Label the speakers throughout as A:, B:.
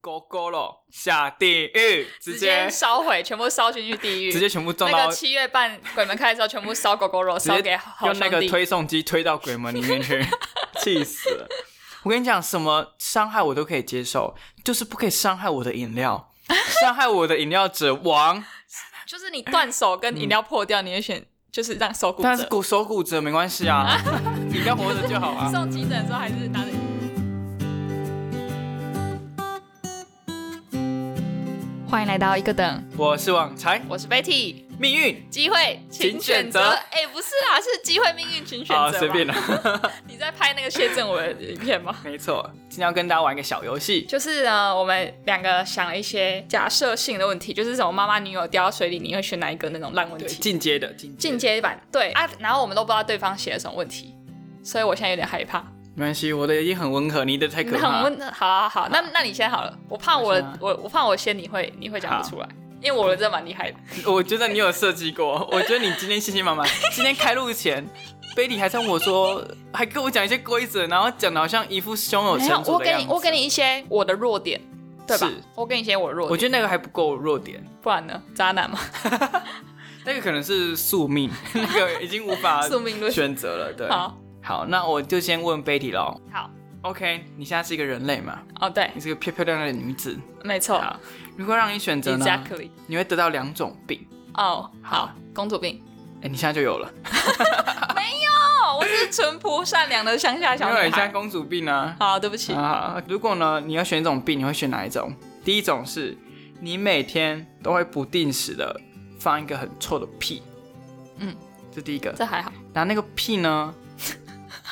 A: 狗狗了，下地狱，
B: 直
A: 直
B: 接
A: 接
B: 烧毁，全部烧进去地狱。
A: 直接全部撞
B: 那
A: 到
B: 个，七月半鬼门开的时候，全部烧狗狗肉，
A: 直接
B: 烧给好
A: 用那
B: 兄
A: 个
B: 弟
A: 推送机推到鬼门里面 去，气死了！我跟你讲，什么伤害我都可以接受，就是不可以伤害我的饮 料，伤害我的饮料者亡。
B: 就是你断手跟饮料破掉，你会选就是让手骨
A: 嗯
B: 折。
A: 但是骨手骨折没关系 啊，饮料活着就好啊。
B: 送急诊的时候还是拿着。欢迎来到一个等，
A: 我是网才，
B: 我是 Betty。
A: 命运
B: 机会，请
A: 请
B: 选
A: 选
B: 择
A: 择。
B: 哎、不是啦，是机会命运，请选择。
A: 啊，随便
B: 啦。
A: 啦。
B: 你在拍那个谢振文的影片吗？
A: 没错，今天要跟大家玩一个小游戏，
B: 就是呢，我们两个想了一些假设性的问题，就是什么妈妈女友掉到水里，你会选哪一个那种烂问
A: 对，
B: 题？
A: 进阶的进
B: 进阶版对啊，然后我们都不知道对方写了什么问题，所以我现在有点害怕。
A: 没关系，我的已经很温和，你的太可
B: 那
A: 怕。
B: 我问，好好好，那那你先好了，我怕我
A: 我先啊
B: 我我怕我先你会你会讲不出来，因为我的真的蛮厉害的。
A: 我觉得你有设计 过，我觉得你今天信心满满。今天开录前，贝里还在问我说，还跟我讲一些规则，然后讲的好像一副胸有
B: 没有
A: 成，竹
B: 我
A: 的
B: 给
A: 样
B: 你
A: 子。
B: 我给你一些我的弱点，对吧
A: 是？
B: 我给你一些我的弱
A: 我
B: 点，
A: 觉得那个还不够弱点，
B: 不然呢？渣男嘛，
A: 那个可能是宿 命，那个已经无法
B: 宿命论。
A: 选择了。对，
B: 好，
A: 好那我就先问贝里喽。
B: 好，
A: OK，你现在是一个人类嘛？
B: 哦对，
A: 你是个漂漂亮亮的女子。
B: 没错
A: 好如果让你选择呢
B: ，exactly。
A: 你会得到两种病。
B: 哦，好
A: 好，
B: 公主病。
A: 哎、你现在就有了，
B: 哦，我是淳朴善良的乡下
A: 因
B: 小
A: 为
B: 女
A: 你现在
B: 孩。
A: 公主病啊。
B: 好，对 不起，
A: 啊，如果呢，你要选一种病，你会选哪一种？第一种是你每天都会不定时的放一个很臭的屁，
B: 嗯，
A: 这第一个。
B: 这还好。
A: 然后那个屁 呢，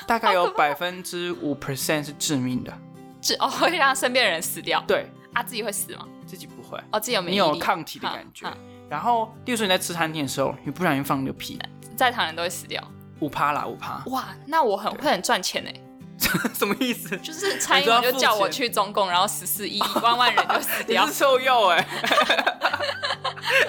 A: 大概有百分之五 percent 是致命的，
B: 只哦会让身边的人死掉
A: 对
B: 啊？自己会死吗？
A: 自己不会，
B: 哦，自己有免
A: 你
B: 疫力
A: 有抗体的感觉
B: 啊啊。
A: 然后，例如说你在吃餐厅的时候，你不小心放那个屁，
B: 在场人都会死掉。
A: 五趴啦，五趴，
B: 哇，那我很会很赚钱呢，
A: 什么意思？
B: 就是蔡英文就叫我去中共，然后十四亿万万人就死
A: 你
B: 掉
A: 是，兽药哎，
B: 对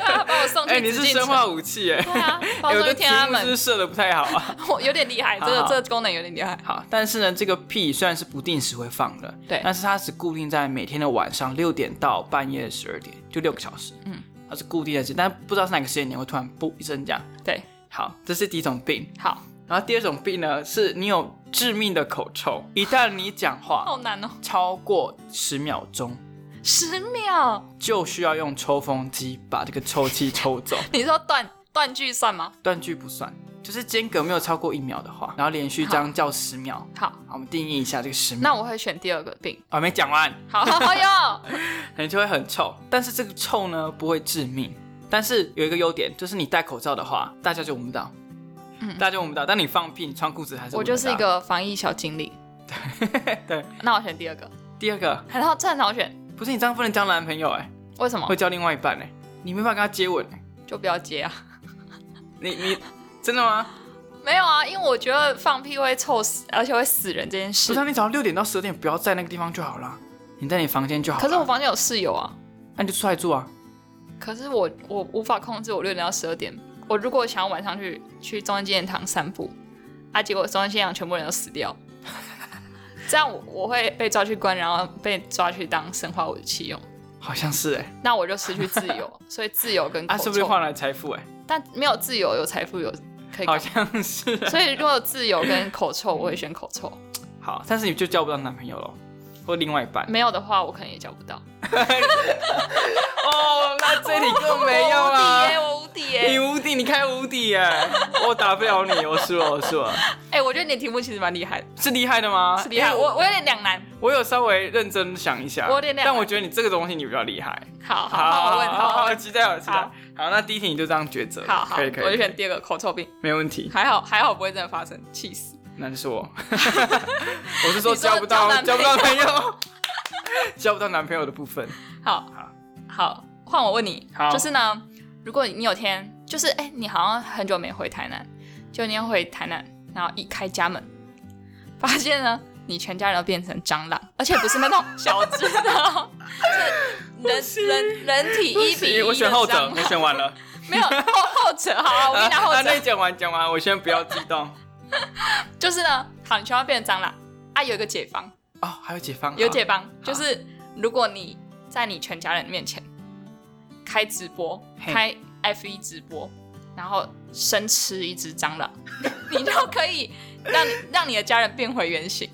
B: 啊，把 我送
A: 哎、
B: 去
A: 你
B: 紫
A: 是
B: 禁
A: 生
B: 城。
A: 化武器哎、
B: 对 啊，把
A: 哎
B: 我
A: 我
B: 送
A: 的
B: 去
A: 题
B: 天安
A: 目是不
B: 门，
A: 是设的不太好啊。
B: 我有点厉害，这个
A: 好
B: 这个功能有点厉害。
A: 好，但是呢，这个屁虽然是不定时会放的，
B: 对
A: 但是它是固定在每天的晚上六点到半夜十二点，就六个小时，
B: 嗯，
A: 它是固定的时间，但不知道是哪个时间点会突然不一声这样。
B: 对，
A: 好，这是第一种病，
B: 好，
A: 然后第二种病呢，是你有致命的口臭，一旦你讲话
B: 好难哦，
A: 超过十秒钟，
B: 十秒，
A: 就需要用抽风机把这个臭气抽 走，
B: 你说断断句算吗？
A: 断句不算，就是间隔没有超过一秒的话，然后连续这样叫十秒。
B: 好，
A: 好，我们定义一下这个十秒。哦
B: 那我会选第二个病。
A: 我还没讲完，
B: 好， 哎呦，
A: 你就会很臭。但是这个臭呢不会致命，但是有一个优点就是你戴口罩的话，大家就闻不到。
B: 嗯
A: 大家就闻不到，但你放屁，你穿裤子还是
B: 我
A: 闻得到
B: 就是一。个防疫小精灵。
A: 对，
B: 那我选第二个，
A: 第二个
B: 然后正常选，
A: 不是你这样不能交男朋友哎、
B: 为什么
A: 会交另外一半哎、你没办法跟他接吻哎、
B: 就不要接啊？
A: 你你真的吗？
B: 没有啊，因为我觉得放屁会臭死，而且会死人这件
A: 不
B: 事
A: 是、。啊，你早上六点到十二点不要在那个地方就好了，你在你房间就好了。
B: 可是我，房间有室友啊，
A: 那你就出来住啊。
B: 可是我我无法控制我六点到十二点。我如果想要晚上去去中央纪念堂散步，啊，结果中央纪念堂全部人都死 掉，这样我我会被抓去关，然后被抓去当生化武器用，
A: 好像是哎、
B: 那我就失去自 由，所以自由跟口
A: 啊，
B: 臭，
A: 是不是换来财富哎、
B: 但没有自由有财富有可以
A: 好
B: 干
A: 像
B: 嘛，
A: 是、 欸。
B: 所以如果有自由跟口臭，我会选口臭。
A: 好，但是你就交不到男朋友了，或另外一半。
B: 没有的话，我可能也交不到。
A: 哦，那这里更没用
B: 我无
A: 啊
B: 敌耶，！我无敌耶、
A: 你无敌，你开无敌耶！ 我打不了你，我输了，我输了。
B: 哎、我觉得你的题目其实蛮厉害的，
A: 是厉害的吗？
B: 是厉害。
A: 因为
B: 我我有点两难。
A: 啊哎我有稍微认真想一下，
B: 我有点两
A: 但我觉得你这个东西你比较厉害。
B: 好好好，我问，
A: 好
B: 好
A: 好，期待，好期待。
B: 好
A: 好，那第一题你就这样抉择，
B: 好好，
A: 可以可以，
B: 我就
A: 可以
B: 选第二个口臭病，
A: 没问题。
B: 还好还好不会真的发生，气死。
A: 那就是 我， 我是说
B: 你说
A: 交不到交
B: 交不
A: 不
B: 到
A: 到男友，交不到男朋友的部分。
B: 好
A: 好
B: 好，换我问你，
A: 好
B: 就是呢，如果你有天就是哎、你好像很久没回台南，就你要回台南，然后一开家门， 发现呢。你全家人都变成蟑螂，而且不是 那种小只的哦，是人人人体一比一的
A: 我选后者
B: 蟑，
A: 我
B: 螂
A: 选完了。
B: 没有后后者，好 啊，我跟你讲 后
A: 啊
B: 者。
A: 那你讲完讲完，我先不要激动。
B: 就是呢，好，你全部变成蟑螂啊！有一个解方，
A: 哦，还有解放，
B: 有
A: 好
B: 解方，就是如果你在你全家人面前开直播，
A: 嘿
B: 开 F 一直播，然后生吃一只蟑螂， 你就可以让让你的家人变回原形。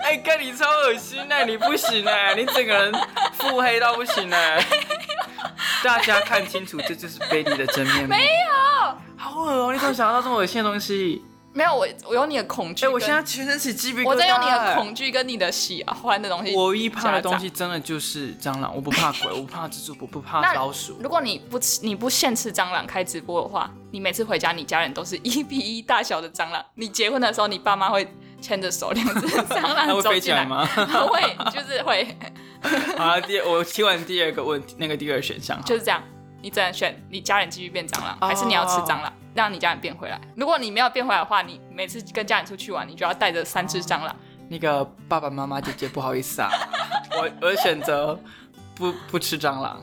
A: 哎，看你超恶心哎、你不行哎、你整个人腹黑到不行哎、大家看清楚，这就是贝蒂的真面目。没有，好恶哦、你怎么想到这么恶心的东西？
B: 没有我，我用你的恐
A: 哎、
B: 惧跟，
A: 我现在全身起鸡皮疙瘩。欸
B: 我在用你的，恐惧跟你的喜欢的东西。
A: 我唯一怕的东西真的就是蟑螂，我不怕鬼，我不怕蜘蛛，我不怕
B: 那
A: 老鼠。
B: 如果你不吃，你不限吃蟑螂开直播的话，你每次回家，你家人都是一比一大小的蟑螂。你结婚的时候，你爸妈会牵着手，两只 蟑
A: 它
B: 螂
A: 会
B: 走
A: 飞起
B: 进
A: 来
B: 来？
A: 吗？
B: 会，就是会，
A: 好了，第我听完第二个问题，那个第二个选项，
B: 就是这样。你只能选你家人继续变蟑螂，
A: 哦
B: 还是你要吃蟑螂，让你家人变回来？如果你没有变回来的话，你每次跟家人出去玩，你就要带着三只蟑螂。
A: 那个爸爸妈妈姐姐不好意思啊， 我我选择不不吃蟑螂，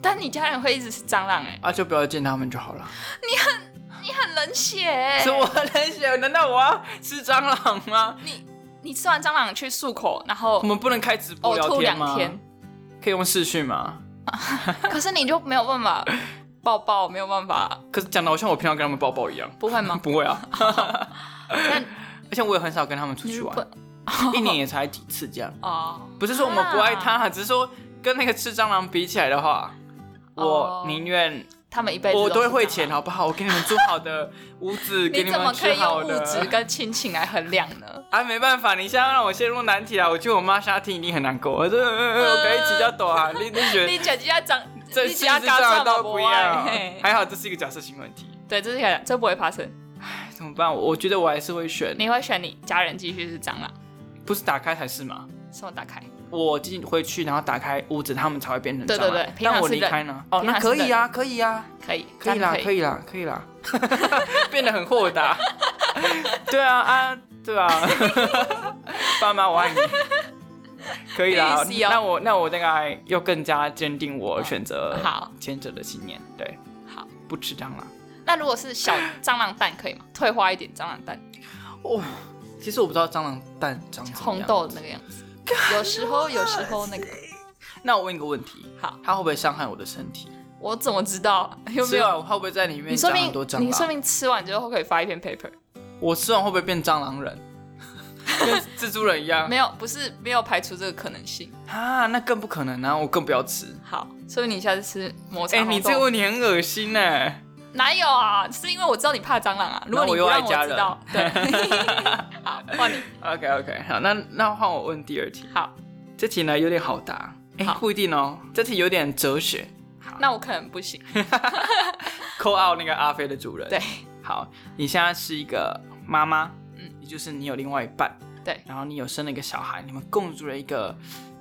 B: 但你家人会一直吃蟑螂、欸，哎，
A: 啊就不要见他们就好了。
B: 你很冷血、欸。
A: 是我冷血，难道我要吃蟑螂吗？
B: 你你吃完蟑螂去漱口，然后
A: 我们不能开直播
B: 呕
A: 聊天
B: 吐哦两
A: 吗？
B: 天，
A: 可以用视讯吗？
B: 可是你就没有办法抱抱，没有办法，
A: 可是讲的好像我平常跟他们抱抱一样， ？
B: 不会吗
A: 不会啊。
B: 那
A: 而且我也很少跟他们出
B: 你
A: 去
B: 如
A: 玩
B: 果，
A: 一年也才几次这样。
B: 哦，啊
A: 不是说我们不爱他，只是说跟那个吃蟑螂比起来的话，我
B: 哦
A: 宁愿
B: 他们一辈子
A: 我
B: 哦都
A: 都
B: 是
A: 会汇
B: 蟑
A: 钱，
B: 螂。
A: 好不好？我给你们租好 的屋子，给
B: 你怎么
A: 们
B: 可
A: 吃
B: 以用
A: 好
B: 物质
A: 的。
B: 跟亲情来衡量呢？
A: 啊，没办法，你现在让我陷入难题啊！我觉得我妈沙听一定很难过，我说，呃呃呃我可以请教抖啊，你你觉得
B: 你姐姐要长，
A: 这
B: 你
A: 世
B: 姐
A: 界
B: 姐搞
A: 上
B: 错
A: 都
B: 了
A: 不
B: 不啊
A: 一样
B: 爱。 嘿
A: 还好这是一个假设性问题，
B: 对，这是可以这不会发生。
A: 哎怎么办？我我觉得我还是会选，
B: 你会选你家人继续是蟑螂，
A: 不是打开才是嘛？
B: 什么打开？
A: 我进回去，然后打开屋子，他们才会变成
B: 对
A: 蟑螂
B: 对对平常
A: 但我
B: 是
A: 离
B: 人
A: 开呢？哦，
B: 平
A: 那
B: 常是
A: 可以啊，可以啊，
B: 可以，
A: 可以啦，可
B: 以。
A: 以啦，可以啦， 变得很豁 达。对啊啊，对啊，爸妈我爱你。可以啦，
B: 意思哦
A: 那我那我大概又更加坚定我选择
B: 好
A: 前者的信念，对，
B: 好，
A: 不吃蟑螂。
B: 那如果是小蟑螂蛋可以吗？退化一点蟑螂蛋，
A: 哦，其实我不知道蟑螂蛋长什么样
B: 红。豆的那个样 子。有时候，有时候那个
A: 那我问一个问题，
B: 好，
A: 它会不会伤害我的身体？
B: 我怎么知道 有没
A: 吃
B: 有？
A: 完会不会在里面
B: 你说
A: 长很多
B: 明
A: 蟑
B: 你说
A: 螂？
B: 明吃完之后可以发一篇 paper，
A: 我吃完会不会变蟑螂 人？跟蜘蛛人一样
B: 没有，不是没有排除这个可能性。
A: 啊？那更不可能啊！我更不要 吃。
B: 好，所以你下次吃抹茶
A: 哎、
B: 红豆。
A: 你这个问题很恶心哎、
B: 哪有啊？是因为我知道你怕蟑螂啊。如果你
A: 我
B: 不
A: 又爱
B: 让我
A: 家
B: 知
A: 人
B: 道，对， 好换你。
A: OK OK，好，那那换我问第二题。
B: 好，
A: 这题呢有点好答，哎、
B: 好
A: 不一定哦。这题有点哲学。好，
B: 那我可能不行。
A: 扣 out 那个阿飞的主人。
B: 对，
A: 好，你现在是一个妈妈，嗯
B: 嗯，
A: 也就是你有另外一半，
B: 对
A: 然后你有生了一个小孩，你们共住了一个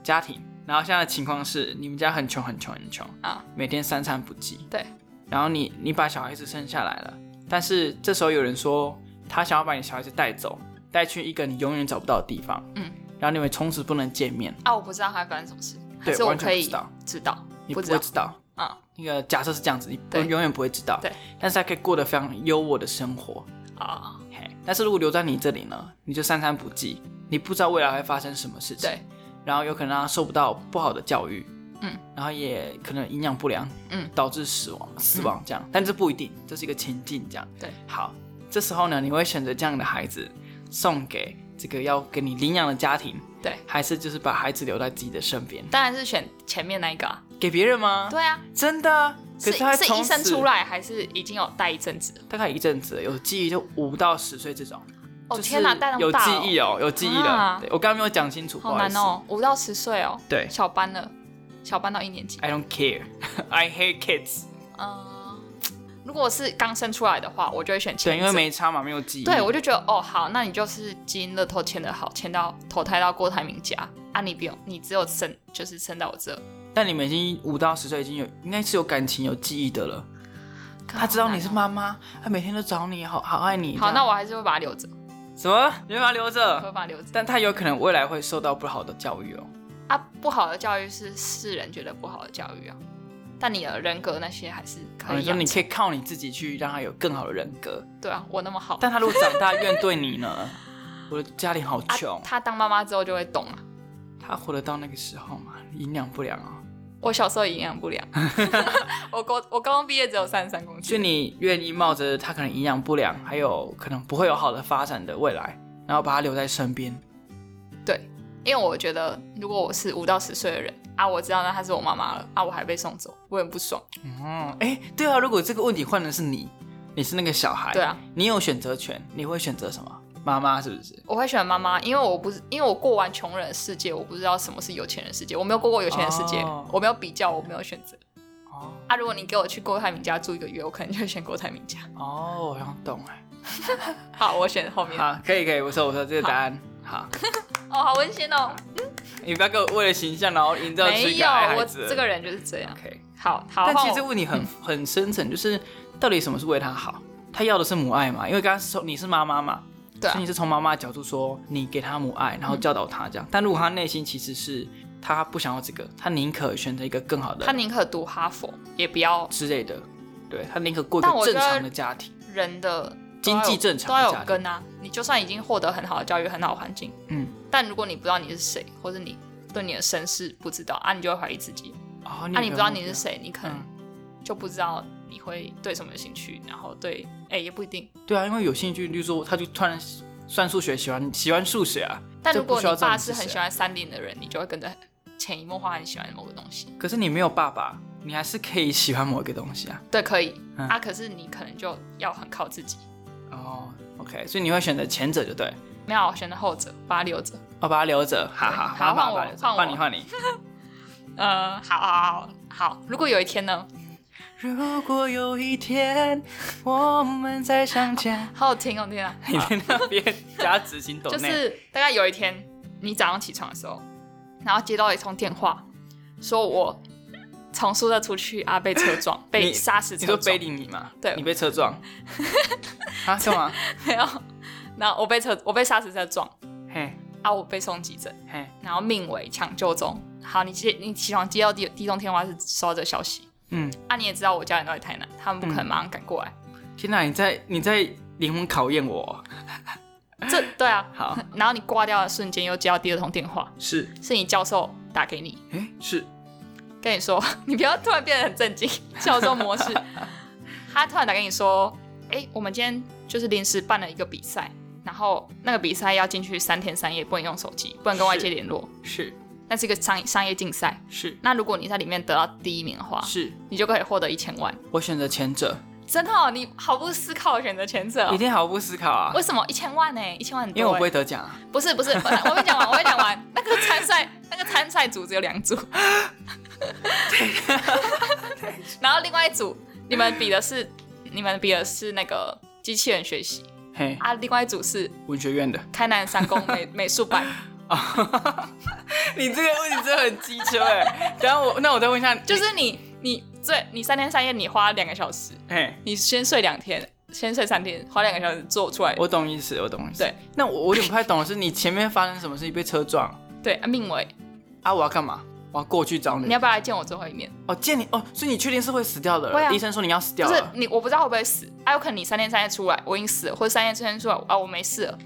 A: 家庭，然后现在的情况是你们家很穷很穷很穷
B: 啊，
A: 每天三餐不济，
B: 对，
A: 然后你你把小孩子生下来了，但是这时候有人说他想要把你小孩子带走，带去一个你永远找不到的地方，
B: 嗯，
A: 然后你们从此不能见面，
B: 啊，我不知道它会发生什么事，
A: 对
B: 还是我
A: 完全
B: 可
A: 不
B: 以
A: 知道
B: 知道？
A: 你
B: 不
A: 不
B: 知道
A: 会知道。
B: 啊，
A: 那个假设是这样子，你不
B: 对
A: 永远不会知道，
B: 对，
A: 但是他可以过得非常优渥的生活，
B: 啊，
A: 嘿，但是如果留在你这里呢，你就三餐不继，你不知道未来会发生什么事情，
B: 对，
A: 然后有可能让他受不到不好的教育，
B: 嗯，
A: 然后也可能营养不良，
B: 嗯，
A: 导致死亡，死亡这样，但这不一定，这是一个情境这样，
B: 对，
A: 好，这时候呢，你会选择这样的孩子送给这个要给你领养的家庭，
B: 对，
A: 还是就是把孩子留在自己的身边，
B: 当然是选前面那一个啊。
A: 给别人吗？，
B: 对啊，
A: 真的，可
B: 是
A: 他
B: 是
A: 从
B: 医生
A: 此
B: 出，来还是已经有带一阵子了？
A: 大概一阵子有记忆，就五到十岁这种。
B: 哦
A: 就是
B: 天哪，带那么
A: 有
B: 大
A: 记
B: 哦，
A: 忆哦，有记忆了
B: 啊。
A: 对我刚刚没有讲清楚，不
B: 好
A: 好意
B: 难
A: 思。
B: 哦，五到十岁哦，
A: 对
B: 小班了，小班到一年级。
A: I don't care, I hate kids。
B: 嗯，如果是刚生出来的话，我就会选前
A: 对，
B: 者
A: 因为没差嘛，没有记忆。
B: 对我就觉得哦，好，那你就是基因乐透签的好，签到投胎到郭台铭家啊，你不用，你只有生就是生到我这，
A: 但你们已经五到十岁，已经有应该是有感情、有记忆的了。他
B: 哦好
A: 知道
B: 难
A: 你是
B: 哦。
A: 妈妈，他每天都找你，好好爱你。啊
B: 好，
A: 这样
B: 那我还是会把它留着，
A: 什么？你把它留
B: 我会
A: 着，
B: 把它留着
A: 但他有可能未来会受到不好的教育哦。
B: 啊。不好的教育是世人觉得不好的教育啊，但你的人格那些还是可
A: 哦你
B: 以
A: 说
B: 养
A: 你
B: 成。
A: 可以靠你自己去让他有更好的人格，
B: 对啊，我那么好，
A: 但他如果长大怨对你呢？我的家里好
B: 啊
A: 穷，
B: 他当妈妈之后就会懂啊。
A: 他他活得到那个时候吗？营养不良哦。
B: 我小时候营养 不良，我高我高中毕业只有三十三公
A: 所以
B: 斤。
A: 你愿意冒着他可能营养不
B: 嗯
A: 良，还有可能不会有好的发展的未来，然后把他留在身边。
B: 对，因为我觉得如果我是五到十岁的人啊，我知道那她是我妈妈了啊，我还被送走，我很不爽。
A: 哦，哎，对啊，如果这个问题换的是你，你是那个小孩，
B: 对啊，
A: 你有选择权，你会选择什么？妈妈是不是？
B: 我会选妈妈，因为我不是因为我过完穷人的世界，我不知道什么是有钱人世界，我没有过过有钱人世界，
A: 哦
B: 我没有比较，我没有选择
A: 哦
B: 啊。如果你给我去郭台铭家住一个月，我可能就会选郭台铭家。
A: 哦，我想懂哎。
B: 好，我选后面。哦，
A: 好，可以可以，不错不错，这个答案好。
B: 好温馨哦。
A: 你不要给我为了形象，然后营造出
B: 没
A: 一
B: 有
A: 个爱，孩
B: 我
A: 子。
B: 这个人就是啊这样。
A: OK，
B: 好好，
A: 但
B: 嗯换
A: 其实这个
B: 我
A: 问题很很深层，就是到底什么是为他好？他要的是母爱嘛？因为刚刚说你是妈妈嘛，
B: 对
A: 所以
B: 啊
A: 你是从妈妈的角度说你给他母爱，然后教导他这样。但如果他内心其实是他不想要这个，他宁可选择一个更好的，
B: 他宁可读哈佛，也不要
A: 之类的，对他宁可过一
B: 但
A: 个
B: 我觉
A: 正
B: 得
A: 常的家庭。
B: 人的
A: 经济正
B: 都
A: 常的
B: 要
A: 家庭
B: 有根啊。你就算已经获得很好的教育、很好的环境，
A: 嗯，
B: 但如果你不知道你是谁，或者你对你的身世不知道啊，你就会怀疑自己。
A: 哦，
B: 啊，你不知道
A: 有没
B: 你
A: 有
B: 是谁，你可
A: 嗯
B: 能就不知道你会对什么有兴趣，然后对，哎、也不一定。
A: 对啊，因为有兴趣，例如说他就突然算数学，喜欢喜欢数学啊。
B: 但
A: 这
B: 如果
A: 不
B: 你
A: 需要知道
B: 爸
A: 你是
B: 是很
A: 谁
B: 喜欢山林的人，你就会跟着潜移默化很喜欢某个东西。
A: 可是你没有爸爸，你还是可以喜欢某一个东西啊。
B: 对，可以、
A: 嗯
B: 啊，可是你可能就要很靠自己。
A: 哦，OK，所以你会选择前者就对，
B: 没有，我选择后者，把它留着。
A: 我哦把它留着，哈哈。
B: 好
A: 把它
B: 换我
A: 把它留着
B: 换我
A: 换你换你。
B: 呃，好好好好。如果有一天呢，
A: 如果有一天我们再相见，
B: 好好听哦，天啊，
A: 你在那边加执行抖
B: 就
A: 内，
B: 是大概有一天，你早上起床的时候，然后接到一通电话，说我从宿舍出去啊，被车 撞，被
A: 你
B: 杀死
A: 你
B: 车
A: 说
B: 撞
A: 背，离你嘛？
B: 对
A: 你被车 撞。啊？干嘛？
B: 没有，然后我被车，我被杀死车撞，
A: 嘿，
B: 啊，我被送急诊，
A: 嘿，
B: 然后命危抢救中。好，你接你起床接到第第一通电话是收到这个消息，
A: 嗯，
B: 啊，你也知道我家人都在台南，他们不可能马上赶过来，
A: 天哪，你在你在灵魂考验我。
B: 这对啊。
A: 好，
B: 然后你挂掉的瞬间又接到第二通电话，
A: 是，
B: 是你教授打给你，
A: 哎，是，
B: 跟你说， 你不要突然变得很震惊， 教授模式。 他突然打给你说，哎、我们今天就是临时办了一个比赛，然后那个比赛要进去三天三夜，不能用手机，不能跟外界联络，
A: 是，
B: 那是一个商商业竞赛。
A: 是，
B: 那如果你在里面得到第一名的话，
A: 是，
B: 你就可以获得一千万。
A: 我选择前者，
B: 真的、哦，你毫不思考地选择前者哦、
A: 一定毫不思考啊
B: 为，什么一千万呢、一千万很多、
A: 因为我不会，得奖啊。
B: 不是不是，我我跟你讲完，我跟你讲完，那个参赛那个参赛组只有两组，然后另外一组你们比的是你们比的是那个机器人学习
A: 嘿，
B: 啊，另外一组是
A: 文学院的。
B: 开南三公美美术班，
A: 你这个问题真的很机车哎。 等下我，那我再问一下，
B: 就
A: 就是
B: 你你最你三天三夜你花两个小时，
A: 嘿，
B: 你先睡两天，先睡三天，花两个小时做出来，
A: 我懂意思，我懂意思。
B: 对，
A: 那我我有点不太懂的是，你前面发生什么事？你被车撞
B: 对啊，命为
A: 啊？我要干嘛？我要过去找
B: 你
A: 你
B: 要。不要来见我最后一面？
A: 哦，见你哦，所以你确定是会死掉的
B: 会啊
A: 了？医生说你要死掉
B: 就是
A: 了。
B: 你，我不知道会不会死，啊，有可能你三天三夜出来，我已经死了，或者三天三夜出来，啊，我没事了，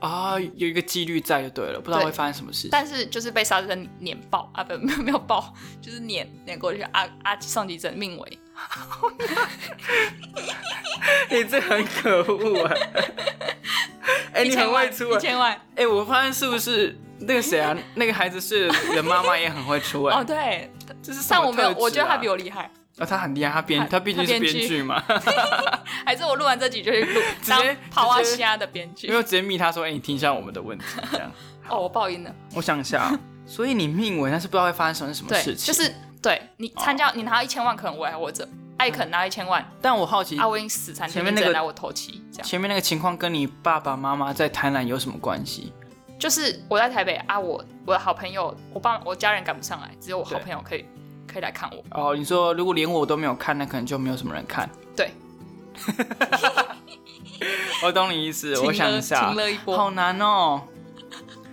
A: 啊，有一个几率在就对了，不知道
B: 对
A: 会发生什么事。
B: 但是就是被杀生碾爆啊，不，没有没有爆，就是碾碾过去，啊啊，上级诊命为，
A: 你这很可恶 啊！哎、
B: 一
A: 你
B: 千
A: 很
B: 万
A: 会出啊
B: 一！千万，
A: 哎、我发现是不是那个谁 啊，那个孩子是的妈妈也很会出哎、
B: 哦对，
A: 这是什
B: 但
A: 么
B: 我没有，
A: 特质啊
B: 我觉得他比我厉害，
A: 哦，他很厉害，他编
B: 他
A: 他毕竟是
B: 他编
A: 编
B: 剧
A: 剧 嘛，
B: 还是我录完这集就去录
A: 直接
B: 当
A: 直接
B: 帕瓦西亚的编
A: 因
B: 剧
A: 为，我直接密他说，哎、你听一下我们的问题这样。
B: 哦，我报应了，
A: 我想一下啊，所以你命为，但是不知道会发生什么
B: 对，
A: 事情。哦
B: 就是对你参加，你拿到一千万，可能我还活着，艾肯拿到一千万，
A: 但我好奇、
B: 啊，我已经死三天，
A: 嗯前面那
B: 你只能
A: 个
B: 拿我头七，这样，
A: 前面那个情况跟你爸爸妈妈在台南有什么关系？
B: 就是我在台北啊，我我的好朋友，我爸我家人赶不上来，只有我好朋友可以可以来看我。
A: 哦，你说如果连我都没有看，那可能就没有什么人看。
B: 对，
A: 我懂你意思，
B: 情
A: 我想一下啊
B: 情，乐一波，
A: 好难哦。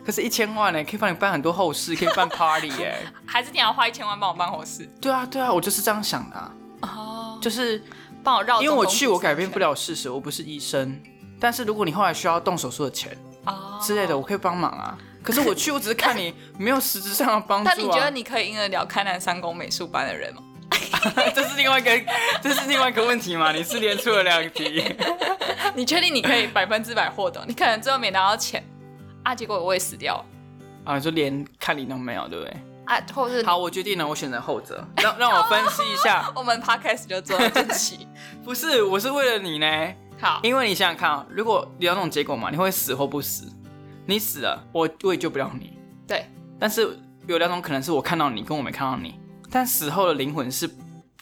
A: 可是，一千万欸呢，可以帮你办很多后事，可以办 party 耶。
B: 还是你要花一千万帮我办后事
A: 对啊，对啊，我就是这样想的、啊，
B: 哦，
A: 就是
B: 帮我绕。
A: 因为我去，我改变不了事实，我不是医生。但是如果你后来需要动手术的钱
B: 哦
A: 之类的，我可以帮忙啊。可是我去，我只是看你没有实质上的帮助啊。
B: 但你觉得你可以赢得了开南三公美术班的人吗？
A: 这是另外一个，这是另外一个问题嘛？你是连出了两题，
B: 你确定 你可以百分之百获得？你可能最后没拿到钱啊，结果我也死掉了
A: 啊，就连看你都没有，对不 对？
B: 啊，或者是
A: 好，我决定了，我选择后者。让让我分析一 下，
B: 我们 podcast 就做到这 期。
A: 不是，我是为了你呢，
B: 好，
A: 因为你想想看啊，如果有两种结果嘛，你会死或不死。你死了，我我也救不了你。
B: 对，
A: 但是有两种可能是我看到你，跟我没看到你。但死后的灵魂是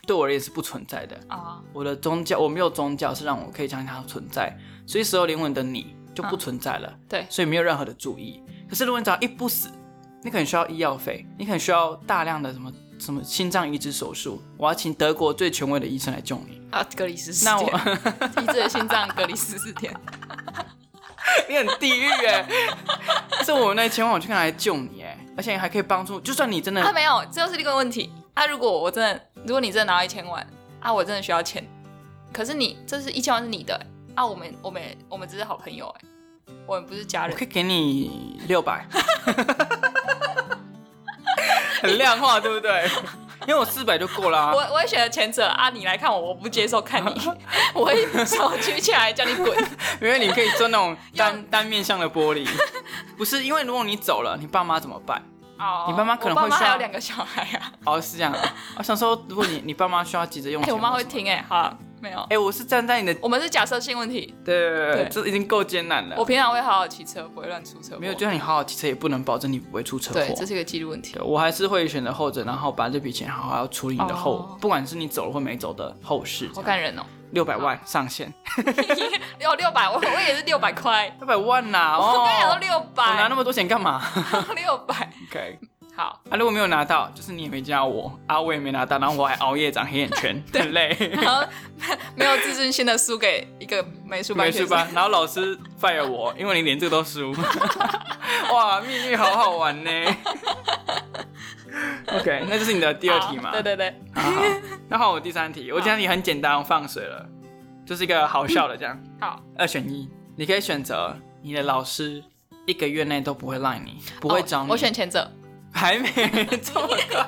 A: 对我而言是不存在的。
B: 啊、
A: 我的宗教，我没有宗教是让我可以相信它存在，所以死后灵魂的你就不存在了，
B: 对
A: 所以没有任何的注意。可是如果你只要一不死，你可能需要医药费，你可能需要大量的什么什么心脏移植手术，我要请德国最权威的医生来救你。
B: 啊，隔离十四
A: 那
B: 天，
A: 我
B: 提自己的心脏隔离十四天。
A: 你很地狱哎、是我们那千万我去看来救你哎、而且还可以帮助，就算你真的、
B: 啊，没有，这就是另一个问题。啊，如果我真的，如果你真的拿到一千万，啊，我真的需要钱，可是你这是一千万是你的、啊，我们我们我们只是好朋友哎、我们不是家
A: 我
B: 人
A: 可。以给你六百， 很量化对不对？因为我四百就够了、啊
B: 我。我会选择前者啊，你来看我，我不接受 看你，我会手举起来叫你滚。
A: 因为你可以做那种 单单面向的玻璃，不是因为如果你走了，你爸妈怎么办？
B: 哦，
A: 你爸妈可能会
B: 我爸妈
A: 需要
B: 还有两个小孩 啊，
A: 哦，是这样啊。我想说，如果你你爸妈需要急着用
B: 哎、
A: 钱，
B: 我妈
A: 或
B: 会
A: 什么。
B: 听哎、好，没有
A: 哎、，我是站在你的，
B: 我们是假设性问题。
A: 对对对
B: 对，
A: 这已经够艰难
B: 我
A: 了。
B: 平常会好好骑车，不会乱出车祸。
A: 啊没有，就算你好好骑车，也不能保证你不会出车祸
B: 对，。这是一个记录问题。
A: 对我还是会选择后者，然后把这笔钱好好处理你的后，
B: 哦
A: 不管是你走了或没走的后事。
B: 好 感人哦！
A: 六百万上限，
B: 有六百，我我也是六百块，
A: 六百万呐、
B: 我刚才讲到
A: 哦，
B: 六
A: 我拿
B: 百，
A: 那么多钱干嘛
B: 六百。
A: ？OK，
B: 好，
A: 啊，如果没有拿到，就是你也没加我啊，我也没拿到，然后我还熬夜长黑眼 圈，很累。
B: 然后没有自尊心的输给一个美术班
A: 没事
B: 学生
A: 吧？然后老师 fire 我，因为你连这个都输。 哇，秘密好好玩 呢。OK，那就是你的第二题嘛。
B: 啊好对对对，
A: 好。好那换我第三题，我第三题很简单，我放水了，就是一个好笑的这样，
B: 好，
A: 二选一，你可以选择你的老师一个月内都不会赖你，不会找
B: 哦
A: 你。
B: 我选前者。
A: 还没这么快，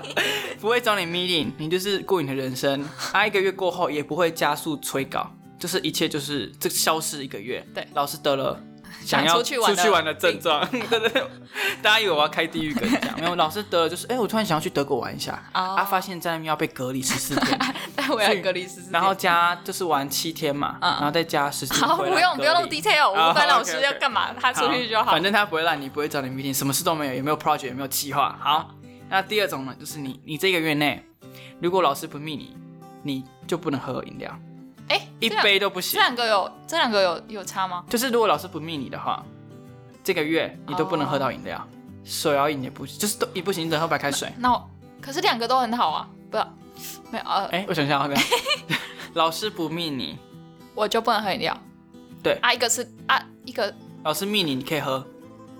A: 不会找你 meeting，你就是过你的人 生。啊，一个月过后也不会加速催稿，就是一切就是这消失一个月。
B: 对
A: 老师得 了
B: 想
A: 要
B: 出去玩的
A: 的症状， 对对对，大家以为我要开地狱梗讲， 没有，老师得了就是，哎、我突然想要去德国玩一下，
B: 哦
A: 啊，发现在那边要被隔离十四 天，
B: 但我要隔离十四天。
A: 然后加就是玩七天嘛，
B: 嗯
A: 然后再加十四天
B: 好，不
A: 回来
B: 用
A: 隔
B: 不用那么
A: 离啊
B: detail，我
A: 好
B: 不管老
A: OK，OK
B: 师要干嘛，他出去就好
A: 反。正他不会让你不会找你 meeting，什么事都没有，也没有 project，也没有计划。好，那第二种呢，就是你你这个月内，如果老师不密你，你就不能喝饮料，
B: 哎，
A: 一
B: 这两
A: 杯都不
B: 这
A: 行。
B: 两个有这两个有有差吗？
A: 就是如果老师不密你的话，这个月你都不能喝到饮料，手摇饮也不行，就是都也不行，只能喝白开水。
B: 那我可是两个都很好啊，不没有呃，
A: 哎、我想想 要不要？老师不密你，
B: 我就不能喝饮料。
A: 对
B: 啊，一个是啊一个
A: 老师密你，你可以喝，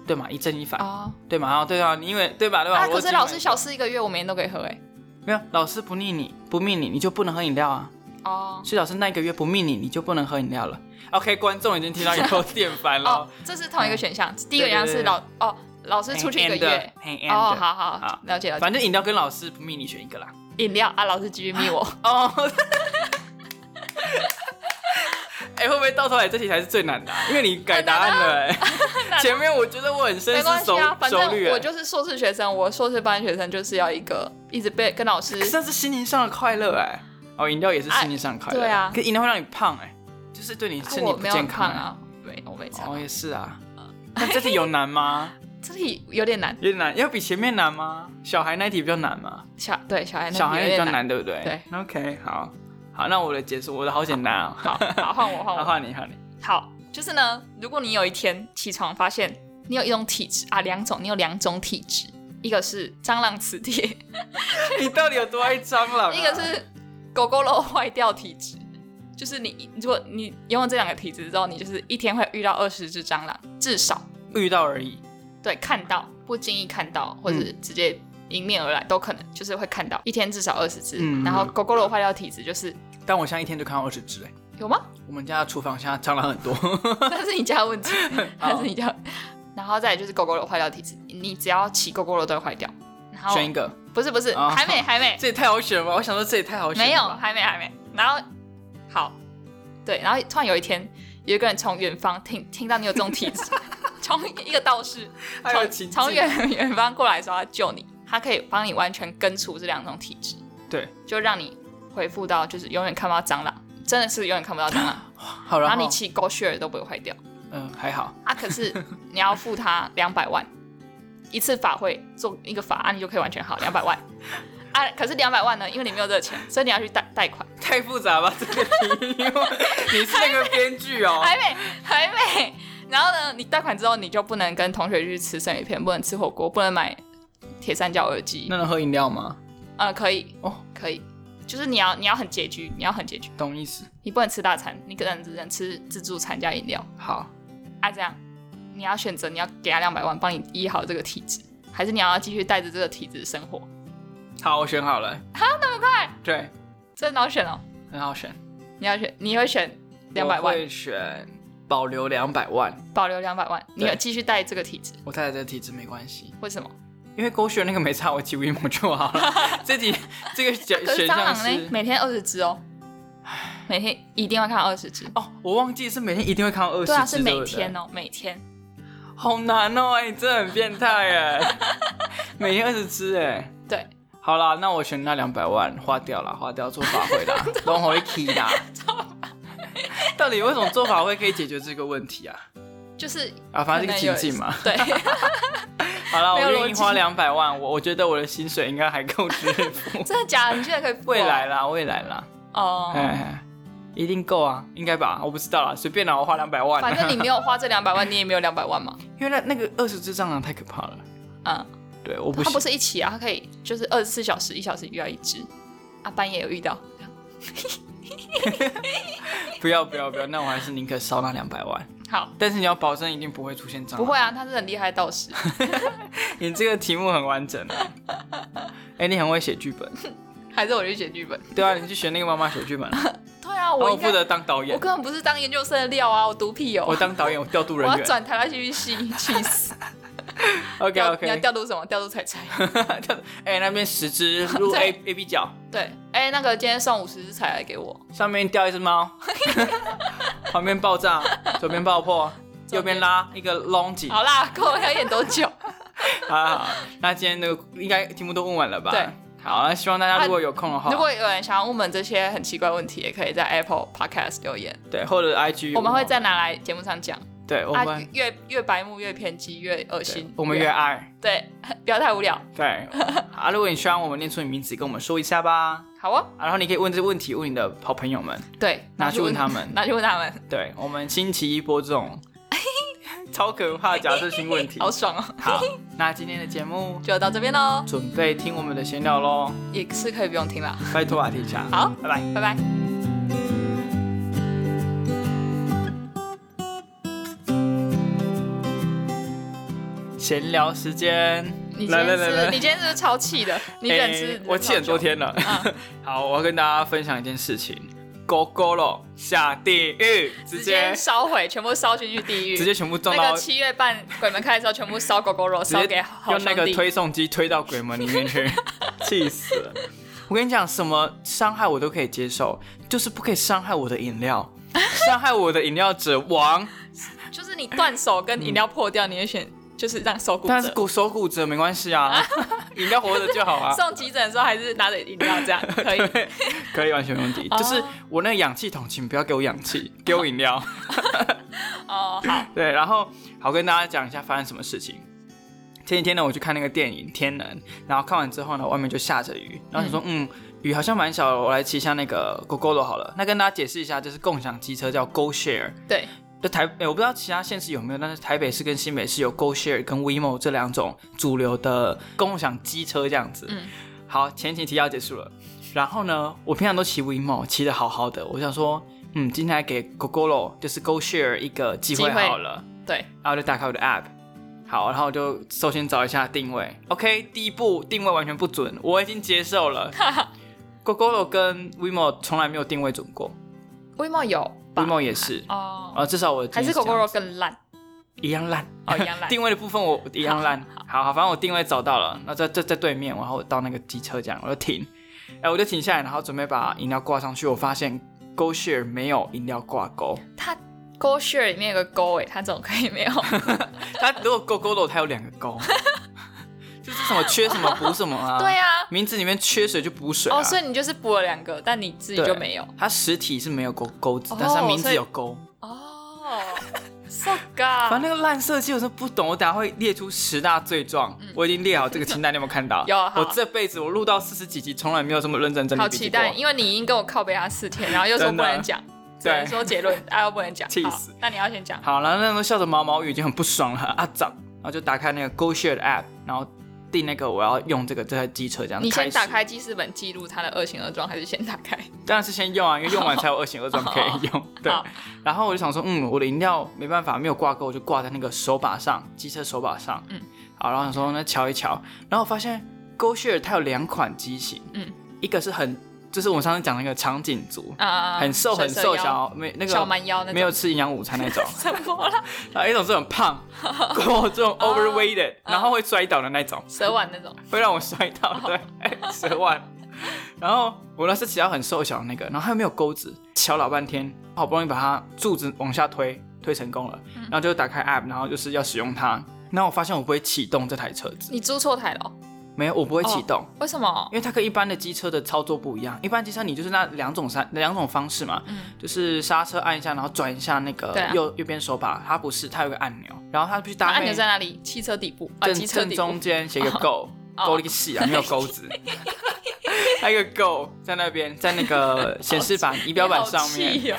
A: 对嘛？一正一反，
B: 啊
A: 对嘛？然后对啊，你因为对吧？对吧？
B: 啊，
A: 我
B: 可是
A: 记
B: 老
A: 得
B: 师小四一个月，我每天都可以喝哎。
A: 没有，老师不密你，不密你，你就不能喝饮料啊。
B: 哦
A: 所以老师那一个月不命你，你就不能喝饮料了。OK，观众已经听到有 够电烦
B: 哦
A: 了。，
B: 这是同一个选项，第一个
A: 对对
B: 选项是
A: 嗯对
B: 老哦老师出去一个月。
A: 很
B: 哦，
A: end，
B: 好
A: 好
B: 好了解了解。
A: 啊反正饮料跟老师不命你选一个啦。
B: 饮料啊，老师继续密 我。
A: 哦，哎，会不会到头来这题才是最难的啊？因为你改答案 了，哎，前面我觉得我很深
B: 没关
A: 思
B: 系
A: 熟
B: 啊，反
A: 熟
B: 正
A: 虑，哎
B: 我就是硕士学生，我硕士班学生就是要一个一直被跟老师
A: 可是那是心灵上的快乐哎。哦，饮料也是心灵上的快乐，
B: 哎对啊
A: 可饮料会让你胖哎，就是对你
B: 啊
A: 身体
B: 我
A: 不
B: 没有
A: 健
B: 很
A: 康哎。
B: 胖啊，对，我没差。
A: 哦，也是 啊。那这题有难吗？
B: 这题有点难，
A: 有点难，要比前面难吗？小孩那一题比较难吗？
B: 小对小孩那
A: 小孩
B: 有
A: 也比较
B: 点。
A: 难，对不对？
B: 对。
A: OK，好，好，那我的结束，我的好简单啊、
B: 好，好换我换
A: 好，
B: 我。
A: 换你，换你。
B: 好，就是呢，如果你有一天起床发现你有一种体质啊，两种，你有两种体质，一个是蟑螂磁铁，
A: 你到底有多爱蟑螂、啊？
B: 一个是狗狗肉 坏掉体质。就是你，如果你拥有这两个体质之后，你就是一天会遇到二十只蟑螂，至少。
A: 遇到而已，
B: 对，看到不经意看到，或者
A: 嗯
B: 是直接迎面而来、都可能，就是会看到一天至少二十只。
A: 嗯
B: 然后狗狗的坏掉体质就是
A: 但我现在一天就看到二十只哎。
B: 有吗？
A: 我们家的厨房现在蟑螂很多，
B: 那是你家的问题，那是你家。然后再来就是狗狗的坏掉体质，你只要骑狗狗的都会坏掉。然后
A: 选一个，
B: 不是不是，
A: 哦
B: 还没还没
A: 这也太好选了吧？我想说这也太好选了
B: 没有
A: 吧
B: 还没还没。然后好，对，然后突然有一天，有一个人从远方听听到你有这种体质，从一个道 士
A: 还有情
B: 从
A: 境
B: 从远 远方过来说要救你，他可以帮你完全根除这两种体质，
A: 对，
B: 就让你恢复到就是永远看不到蟑螂，真的是永远看不到蟑螂，
A: 好了，然
B: 然后你
A: 后
B: 骑狗血都不会坏掉。
A: 嗯还好，
B: 啊，可是你要付他两百万，一次法会做一个法啊案，你就可以完全好两百万。啊，可是两百万呢，因为你没有这个钱，所以你要去贷贷款。
A: 太复杂吧？这个题目，你是那个编剧哦，
B: 还没，还没。然后呢，你贷款之后，你就不能跟同学去吃生鱼片，不能吃火锅，不能买铁三角耳机
A: 那。能喝饮料吗？
B: 呃，可以，
A: 哦，
B: 可以，就是你要你要很拮据，你要很拮据，
A: 懂意思。
B: 你不能吃大餐，你可能只能吃自助餐加饮料。
A: 好，
B: 啊，这样你要选择你要给他两百万帮你医好这个体质，还是你要继续带着这个体质生活？
A: 好，我选好了。好，那么快？对，
B: 真的要选哦，
A: 很好选。
B: 你要选，你会选两百
A: 我
B: 万，
A: 会选保留两百万。
B: 保留两百万，你有
A: 对
B: 继续带这个体质，
A: 我太太这个体质没关系，
B: 为什么？
A: 因为狗血那个没差，我骑 WeMo 就好了。 这题这个选
B: 可是
A: 选
B: 蟑
A: 项
B: 螂呢
A: 是，
B: 每天二十只哦，每天一定要看二十只，
A: 哦，我忘记是每天一定会看到二十只，
B: 对啊，是每
A: 不对
B: 天哦，每天，
A: 好难哦，哎，你真的很变态哎， 每天二十只哎。
B: 对，
A: 好啦，那我选那两百万花掉啦，花掉做法会 啦，龙回 key 啦。到底为什么做法会可以解决这个问题啊？
B: 就是
A: 啊，反正这个情境嘛。
B: 可能有， 对，
A: 好啦，我
B: 没有
A: 愿
B: 逻
A: 意
B: 辑。
A: 花两百万，我我觉得我的薪水应该还够支付
B: 真的假的？你现在可以付哦
A: 未来啦，未来啦，哎、
B: 哦。
A: 一定够啊，应该吧？我不知道啦，随便啦，我花两百万。
B: 反正你没有花这两百万，你也没有两百万嘛。
A: 因为那那个二十只蟑螂太可怕了，
B: 嗯，
A: 对，我不
B: 它
A: 行。
B: 不是一起啊，它可以就是二十四小时，一小时遇到一只。啊，半夜有遇到，
A: 不要不要不要，那我还是宁可烧那两百 万。
B: 好，
A: 但是你要保证一定不会出现蟑
B: 不
A: 螂。
B: 会啊，它是很厉害的道士。
A: 你这个题目很完整啊。 哎、你很会写剧本。
B: 还是我去写剧本？
A: 对啊，你去学那个妈妈写剧本啊，
B: 对啊，
A: 然后
B: 我
A: 我
B: 应该
A: 负责当导
B: 我
A: 演，
B: 根本不是当研究生的料啊，我独屁哦、
A: 我当导演，我调度
B: 我
A: 人
B: 要
A: 员。
B: 转台大戏剧系，气 死！
A: OK
B: 调你要
A: OK。
B: 调度什么？调度彩彩。
A: 哎、那边十只入 A
B: 对
A: A B 角，
B: 对，哎、那个今天送五十只彩来给我，
A: 上面掉一只 猫，旁边爆炸，左边爆破，
B: 左边
A: 右边拉一个龙脊。
B: 好啦，够了，要演 多久？
A: 好好，好那今天那个应该题目都问完了吧？
B: 对。啊
A: 好，那希望大家如果有空的话，
B: 如果有人想要问我们这些很奇怪的问题，也可以在 Apple Podcast 留言，
A: 对或者 IG，
B: 我们会再拿来节目上讲。
A: 对我
B: 啊
A: 们，
B: 越越白目越偏激越恶
A: 对
B: 心，
A: 我们越爱
B: 对， 不要太无聊。
A: 对。啊，如果你希望我们念出你名字，跟我们说一下吧。
B: 好哦，
A: 啊然后你可以问这个问题问你的好朋友们，
B: 对，
A: 拿去问他们。
B: 拿去问他们，
A: 对，我们星期一播这 种超可怕的假设性问题。
B: 好爽哦！
A: 好，那今天的节目
B: 就到这边喽，
A: 准备听我们的闲聊喽，
B: 也是可以不用听了。
A: 拜托啊，提下。
B: 好，
A: 拜拜。
B: 拜拜。
A: 闲聊时间，
B: 你今
A: 来
B: 天
A: 来
B: 是
A: 来来，
B: 你今天是不是超气的？你忍
A: 诶
B: 吃，
A: 我气很多。天了。
B: 嗯
A: 好，我要跟大家分享一件事情，狗狗咯下地狱，直
B: 直
A: 接
B: 接烧毁，全部烧进去地狱。
A: 直接全部撞
B: 那
A: 到
B: 个，七月半鬼门开的时候，全部烧狗狗肉，
A: 直
B: 烧给
A: 接
B: 好
A: 用那
B: 兄
A: 个
B: 弟。
A: 推送机推到鬼门里面 去，气死了。我跟你讲，什么伤害我都可以接受，就是不可以伤害我的饮料， 伤害我的饮料者亡。
B: 就是你断手跟饮料破掉，你会选就是让手骨
A: 但是
B: 折。
A: 骨手骨折没关系 啊，饮料活着就好啊，
B: 送急诊的时候还是拿着饮料 这样可以。
A: 可以完全没问题。
B: 哦
A: 就是我那个氧气桶，请不要给我氧气，给我饮料。
B: 哦，好，
A: 对，然后好跟大家讲一下发生什么事情。前几天呢，我去看那个电影《天能》，然后看完之后呢，外面就下着雨，然后想说，嗯，雨好像蛮小的，我来骑一下那个 GoGo 好了。那跟大家解释一下，就是共享机车叫 GoShare，
B: 对，
A: 就台、诶我不知道其他县市有没有，但是台北市跟新北市有 GoShare 跟 WeMo 这两种主流的共享机车这样子。
B: 嗯
A: 好，前情提要结束了。然后呢，我平常都骑 WeMo，骑的好好的，我想说，嗯，今天还给 GoGo 就是 GoShare 一个机
B: 机
A: 会
B: 会
A: 好了。
B: 对，
A: 然后就打开我的 app，好，然后我就首先找一下定位。OK，第一步定位完全不准，我已经接受了。Gogoro 跟 WeMo 从来没有定位准过
B: 微帽有吧
A: ，WeMo 也是，
B: 哦，
A: 啊，至少我的
B: 还
A: 经
B: 是
A: 验
B: 狗
A: 这样
B: 狗肉更烂？
A: 一样烂，
B: 哦一样烂
A: 定位的部分我一样烂
B: 好，
A: 好好，反正我定位找到了，那在在在对面，然后我到那个机车这样，我就停，哎，我就停下来，然后准备把饮料挂上去，我发现 GoShare 没有饮料挂钩，
B: 它 Go Share 里面有个勾哎，它怎么可以没有？
A: 啊它如果勾勾的，它有两个勾， 就是什么缺什么补什么啊，
B: 对啊，
A: 名字里面缺水就补水啊，
B: 哦，所以你就是补了两个，但你自己
A: 对
B: 就没有
A: 它实体是没有勾钩子
B: 哦，
A: 但是它名
B: 所
A: 字
B: 以
A: 有勾。
B: 哦。so
A: 反
B: god，
A: 正那个烂设计我真的不懂，我等下会列出十大罪状，我已经列好这个清单，你有没有看到？
B: 嗯 有好
A: 我这辈子我录到四十几集，从来没有这么认真整理
B: 好
A: 笔
B: 期
A: 记过
B: 待，。因为你已经跟我靠背他四天，然后又说
A: 真
B: 不
A: 的啊
B: 能讲，只能说结论，哎，又不能讲，
A: 气
B: 好
A: 死！
B: 那你要先讲，
A: 好了，那时候笑着毛毛雨已经很不爽了，啊长，然后就打开那个 GoShare 的 app，然后订那个我要用这个这台机车这样。
B: 你先
A: 始
B: 打，开记事本记录他的恶行恶状，还是先打开？
A: 当然是先用啊，因为用完才有二型二状可以 用。对
B: 好，
A: 然后我就想说，嗯，我的饮料没办法没有挂钩，我就挂在那个手把上，机车手把上。
B: 嗯，
A: 好，然后想说那瞧一瞧，然后我发现 GoShare 它有两款机型，
B: 嗯，
A: 一个是很就是我们上次讲那个长颈族，
B: 啊，
A: 很瘦很
B: 蛇
A: 瘦，
B: 腰
A: 小没那
B: 小
A: 个
B: 蛮腰那种
A: 没有吃营养午餐那种，
B: 什么啦，
A: 然后一种是很 胖，跟我这
B: 啊
A: 种 overweighted，然后会摔倒的那种，
B: 蛇丸那种，
A: 会让我摔倒， 对，蛇丸。然后我那是骑到很瘦小的那个，然后他又没有钩子，瞧老半天，好不容易把它柱子往下推，推成功了，
B: 嗯
A: 然后就打开 app，然后就是要使用它。然后我发现我不会启动这台车子，
B: 你租错台了哦？
A: 没有，我不会启动，
B: 为什么？
A: 因为它跟一般的机车的操作不一样。一般机车你就是那两种刹两种方式嘛，
B: 嗯
A: 就是刹车按一下，然后转一下那个
B: 对啊
A: 右、右边手把，它不是，它有个按钮，然后它必须
B: 那
A: 搭
B: 按钮
A: 配
B: 在哪里？汽车底部啊，
A: 正
B: 机车
A: 正
B: 底
A: 中
B: 部。
A: 间写一个 go，
B: 哦
A: 勾了个细啊，没有钩 子。还有一个 go 在那边，在那个显示板仪表板上面，
B: 你好气哦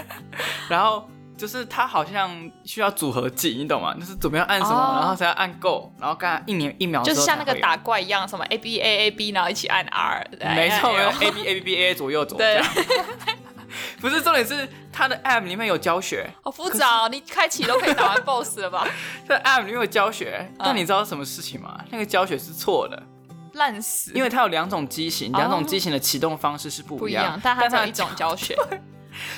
A: 然后就是它好像需要组合技，你懂吗？就是怎么样按什么，
B: 哦
A: 然后才要按 go，然后刚才一秒一秒
B: 就
A: 之
B: 是
A: 后
B: 像那个
A: 才会有，
B: 打怪一样，什么 A B A A B，然后一起按 R，
A: 没错，没
B: 哎
A: 有
B: 哎
A: a b a b b a 左右 左
B: 对
A: 右，，不是重点是它的 app 里面有教学，
B: 好复杂哦，你开启都可以打完 BOSS 了吧？
A: 它的 app 里面有教学，但
B: 嗯
A: 你知道什么事情吗？那个教学是错的，
B: 烂死，
A: 因
B: 为
A: 为它有两种机型，
B: 哦
A: 两种机型的启动方式是
B: 不
A: 不
B: 一
A: 一
B: 样
A: 样，，
B: 但它
A: 但
B: 只有
A: 它
B: 一种教学。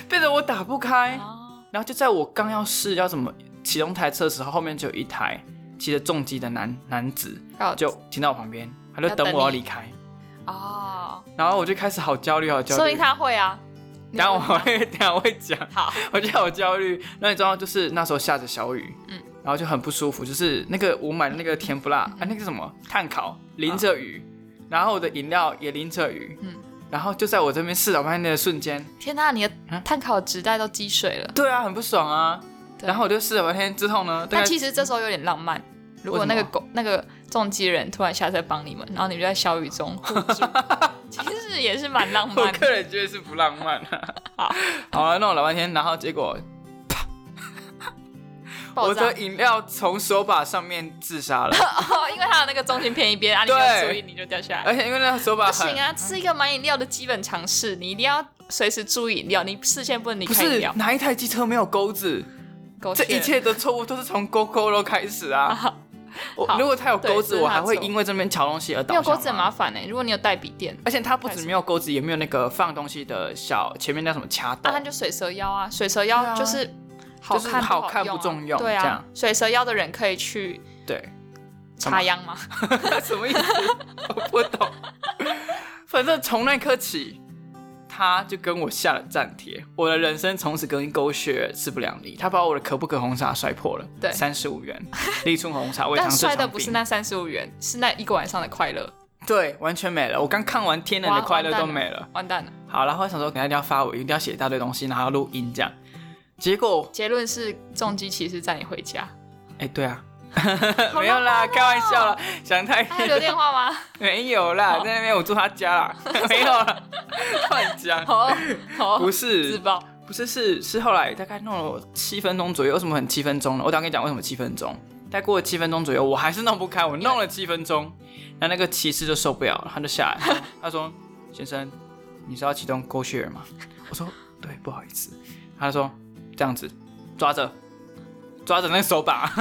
A: 变得我打不开，
B: 哦
A: 然后就在我刚要试要怎么启动台车的时候，后面就有一台骑着重机的男男子就停到我旁边，他就
B: 要
A: 等
B: 等
A: 我要
B: 你
A: 离开，
B: 哦，
A: 然后我就开始好焦虑，好焦
B: 说
A: 虑
B: 明。他 会啊。
A: 等下我 会，等下我会讲，
B: 好，
A: 我就好焦虑。那你知道，就是那时候下着小雨，
B: 嗯
A: 然后就很不舒服，就是那个我买的那个甜不辣，啊，
B: 嗯
A: 那个是什么碳
B: 啊
A: 烤淋着雨，然后我的饮料也淋着雨，
B: 嗯
A: 然后就在我这边试老半天的瞬间，
B: 天哪，你的
A: 啊
B: 碳烤纸袋都积水了。
A: 对啊，很不爽啊。
B: 对
A: 然后我就试了半天之后呢，大
B: 但
A: 概
B: 其实这时候有点浪漫。如
A: 啊为
B: 果
A: 什么
B: 那个狗那个重机人突然下车帮你们，然后你们就在小雨中互助， 其实也是蛮浪
A: 我
B: 漫的。
A: 个人觉得是不浪漫、啊。
B: 好，
A: 好了，弄了老半天，然后结果
B: 爆
A: 我
B: 炸
A: 的饮料从手把上面自杀 了，
B: 哦，因为它的那个重心偏一边，啊，你没有
A: 对哎
B: 注意你就掉下来。
A: 而且因为那个手把
B: 不
A: 很
B: 行啊，吃一个买饮料的基本常识，你一定要随时注意饮料，你视线不能离
A: 不
B: 开饮
A: 是
B: 料。
A: 哪一台机车没有钩子，
B: 狗
A: 这
B: 血
A: 一切的错误都是从勾勾肉开始啊！
B: 好
A: 我
B: 好
A: 如果它有钩子，
B: 对这是
A: 我
B: 他
A: 还会
B: 错
A: 因为这边瞧东西而倒
B: 没
A: 下
B: 有
A: 吗
B: 钩子很麻烦欸呢、如果你有带笔电，
A: 而且它不止没有钩子，也没有那个放东西的小前面那什么卡
B: 啊，
A: 斗
B: 它，就水蛇腰啊，水蛇
A: 对啊
B: 腰就是好
A: 就是
B: 看
A: 好
B: 好
A: 看
B: 用啊
A: 不重用
B: 对
A: 这
B: 啊
A: 样，
B: 水蛇腰的人可以去
A: 对，什么
B: 插秧吗？
A: 什么意思？我不懂。 反正从那刻起，他就跟我下了战帖，我的人生从此跟狗血势不两立。他把我的可不可红茶摔破了，
B: 对
A: 三十五 元，立春红茶，胃
B: 但
A: 肠正
B: 摔的
A: 常
B: 不是
A: 病。
B: 那三十五元，是那一个晚上的快乐。
A: 对，完全没了。我刚看完《天人的
B: 哇
A: 快乐》都
B: 完蛋
A: 没了。
B: 完蛋了，
A: 好，然后想说，等一下一定要发我，一定要写一大堆东西，然后要录音这样。结果，
B: 结论是重机骑士载你回 家。
A: 哎、对 啊，
B: 好
A: 没有啦，
B: 浪漫哦
A: 开玩笑啦，想太
B: 他
A: 多。
B: 要留电话吗？
A: 没有啦，在那边我住他家 啦，没有啦， 乱讲。
B: 哦
A: 不
B: 哦，
A: 是，
B: 自爆。
A: 不是，是是后来大概弄了七分钟左右。为什么很七分钟呢？我等一下跟你讲为什么七分钟。大概过了七分钟左右，我还是弄不开，我弄了七分钟，那那个骑士就受不了了，他就下来， 他说：“先生，你是要启动 Go Share 吗？”我说：“对，不好意思。”他说：“这样子，抓着，抓着那个手把。”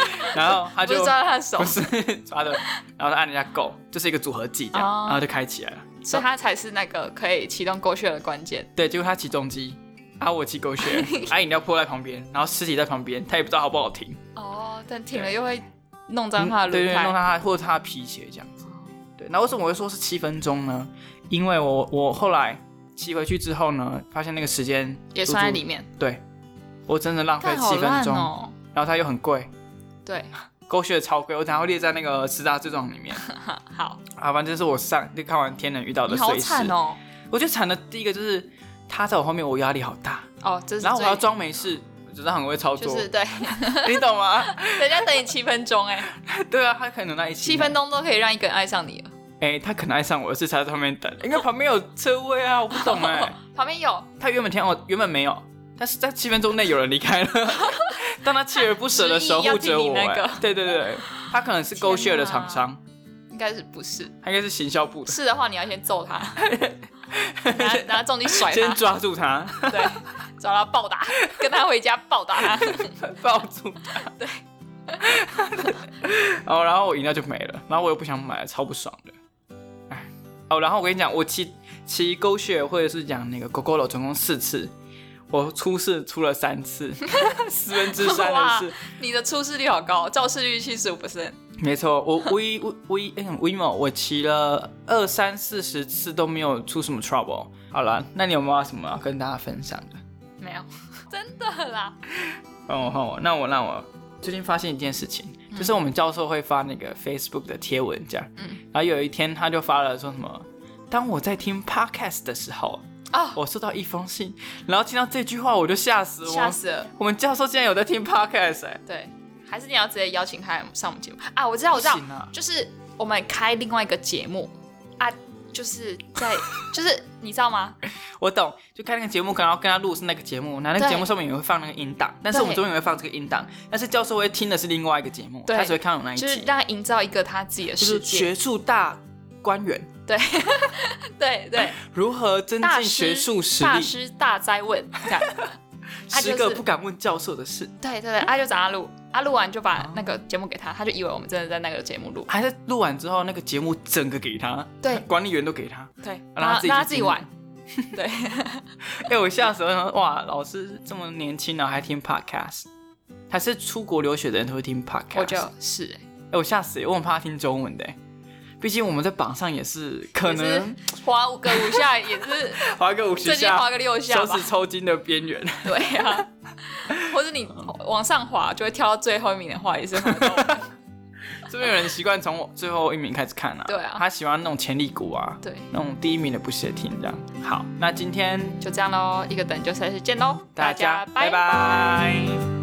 A: 然后他
B: 不
A: 就是
B: 抓到他的手
A: 不，是抓着，然后他按人家 Go，这是一个组合技，这样
B: 哦
A: 然后就开起来了。
B: 所以他才是那个可以启动过去的关键。
A: 对，结果他骑重机，啊我骑狗血，啊饮料泼在旁边，然后尸体在旁边，他也不知道好不好停。
B: 哦，但停了又会嗯弄脏他的
A: 对
B: 轮
A: 对，弄
B: 胎。
A: 他或者他的皮鞋这样子。对，那为什么我会说是七分钟呢？因为我我后来骑回去之后呢，发现那个时间
B: 也
A: 足
B: 算在
A: 足
B: 里面，
A: 对，我真的浪费
B: 但
A: 七
B: 好
A: 分
B: 烂
A: 钟，
B: 哦、
A: 然后它又很贵，
B: 对，
A: 狗血超贵，我等下会列在那个十大罪状里面
B: 好，
A: 啊。反正这是我上就看完《天人》遇到的
B: 你好
A: 碎事。
B: 惨哦、
A: 我觉得惨的第一个就是他在我后面，我压力好大，
B: 哦，这是
A: 然后我
B: 最
A: 要装没事，我知道很会操作，
B: 就是对，
A: 你懂吗？
B: 人家等你七分钟哎、
A: 对啊，他可能那一起
B: 七分钟都可以让一个人爱上你了。
A: 哎、他可能爱上我的是他在后面 等，因为旁边有车位啊，我不懂哎、
B: 旁边有
A: 他原本听哦，原本没有，但是在七分钟内有人离 开了，当他锲而不舍的守护着我、
B: 执意要替你那个
A: 哎对对对，他可能是 Go Share 的厂 商，
B: 应该是不是？
A: 他应该是行销部的，
B: 是的话，你要先 揍他，拿拿重金甩
A: 先
B: 他，
A: 抓住他，
B: 对，找他暴打，跟他回家暴打他。
A: 抱住他，
B: 对。
A: 哦，然后我饮料就没了，然后我又不想买了，超不爽的。哎，哦，然后我跟你讲，我骑骑 Go Share 或者是讲那个 g o g o l o 总共四次，我出事出了三次， 四分之三的
B: 哇
A: 事。
B: 你的出事率好高，肇事率七十五 percent。
A: 没错，我 we we 哎 we mo 我骑了二三四十次都没有出什么 trouble。好了，那你有没有什么要跟大家分享的？
B: 没有，真的啦。
A: 让我换我，那我让我最近发现一件事情，就是我们教授会发那个 Facebook 的贴文这样，
B: 嗯
A: 然后有一天他就发了说什么，当我在听 podcast 的时候，
B: 啊，
A: 我收到一封信，然后听到这句话我就吓死我，
B: 吓死了。
A: 我们教授竟然有在听 podcast 哎、
B: 对，还是你要直接邀请他来上我们节目啊？我知道，我知道
A: 不，行啊
B: 就是我们开另外一个节目啊，就是在 就是你知道吗？
A: 我懂，就看那个节目，然后跟他录是那个节目，那那个
B: 对
A: 节目上面也会放那个音档，但是我们中间也会放这个音档，但是教授会听的是另外一个节目，
B: 对
A: 他只会看我那一
B: 就是
A: 集，
B: 让他营造一个他自己的
A: 就
B: 世
A: 是
B: 界。
A: 学术大官员
B: 对对，
A: 如何增
B: 大
A: 嗯进学
B: 师
A: 术实
B: 大
A: 力，
B: 师大灾问，这样他
A: 十
B: 就是
A: 个不敢问教授的事，
B: 对对对，他、就找他录，他、录完就
A: 哦
B: 把那个节目给他，他就以为我们真的在那个节目录。
A: 还是录完之后那个节目整个给他，
B: 对
A: 管理员都给他，
B: 对，
A: 让他自
B: 让
A: 己去
B: 让他自己
A: 听
B: 玩。对，
A: 哎、我吓死我了，哇，老师这么年轻然后还听 podcast，还是出国留学的人都会听 podcast，
B: 我就是、欸
A: 哎、我吓死，我很怕听中文的、欸毕竟我们在榜上也是可
B: 也是
A: 能
B: 滑五个五下也是
A: 划个五
B: 最
A: 十
B: 近
A: 下，
B: 滑个六下
A: 手
B: 吧
A: 指，抽筋的边缘。
B: 对啊，或者你
A: 嗯
B: 往上滑就会跳到最后一名的话也是滑到我们
A: 这边有人习惯从我最后一名开始看啊，
B: 对啊
A: 他喜欢那种潜力股啊，
B: 对，
A: 那种第一名的不屑听这样。好，那今天
B: 就这样喽，一个等就下次见喽，
A: 大家
B: 家拜
A: 拜拜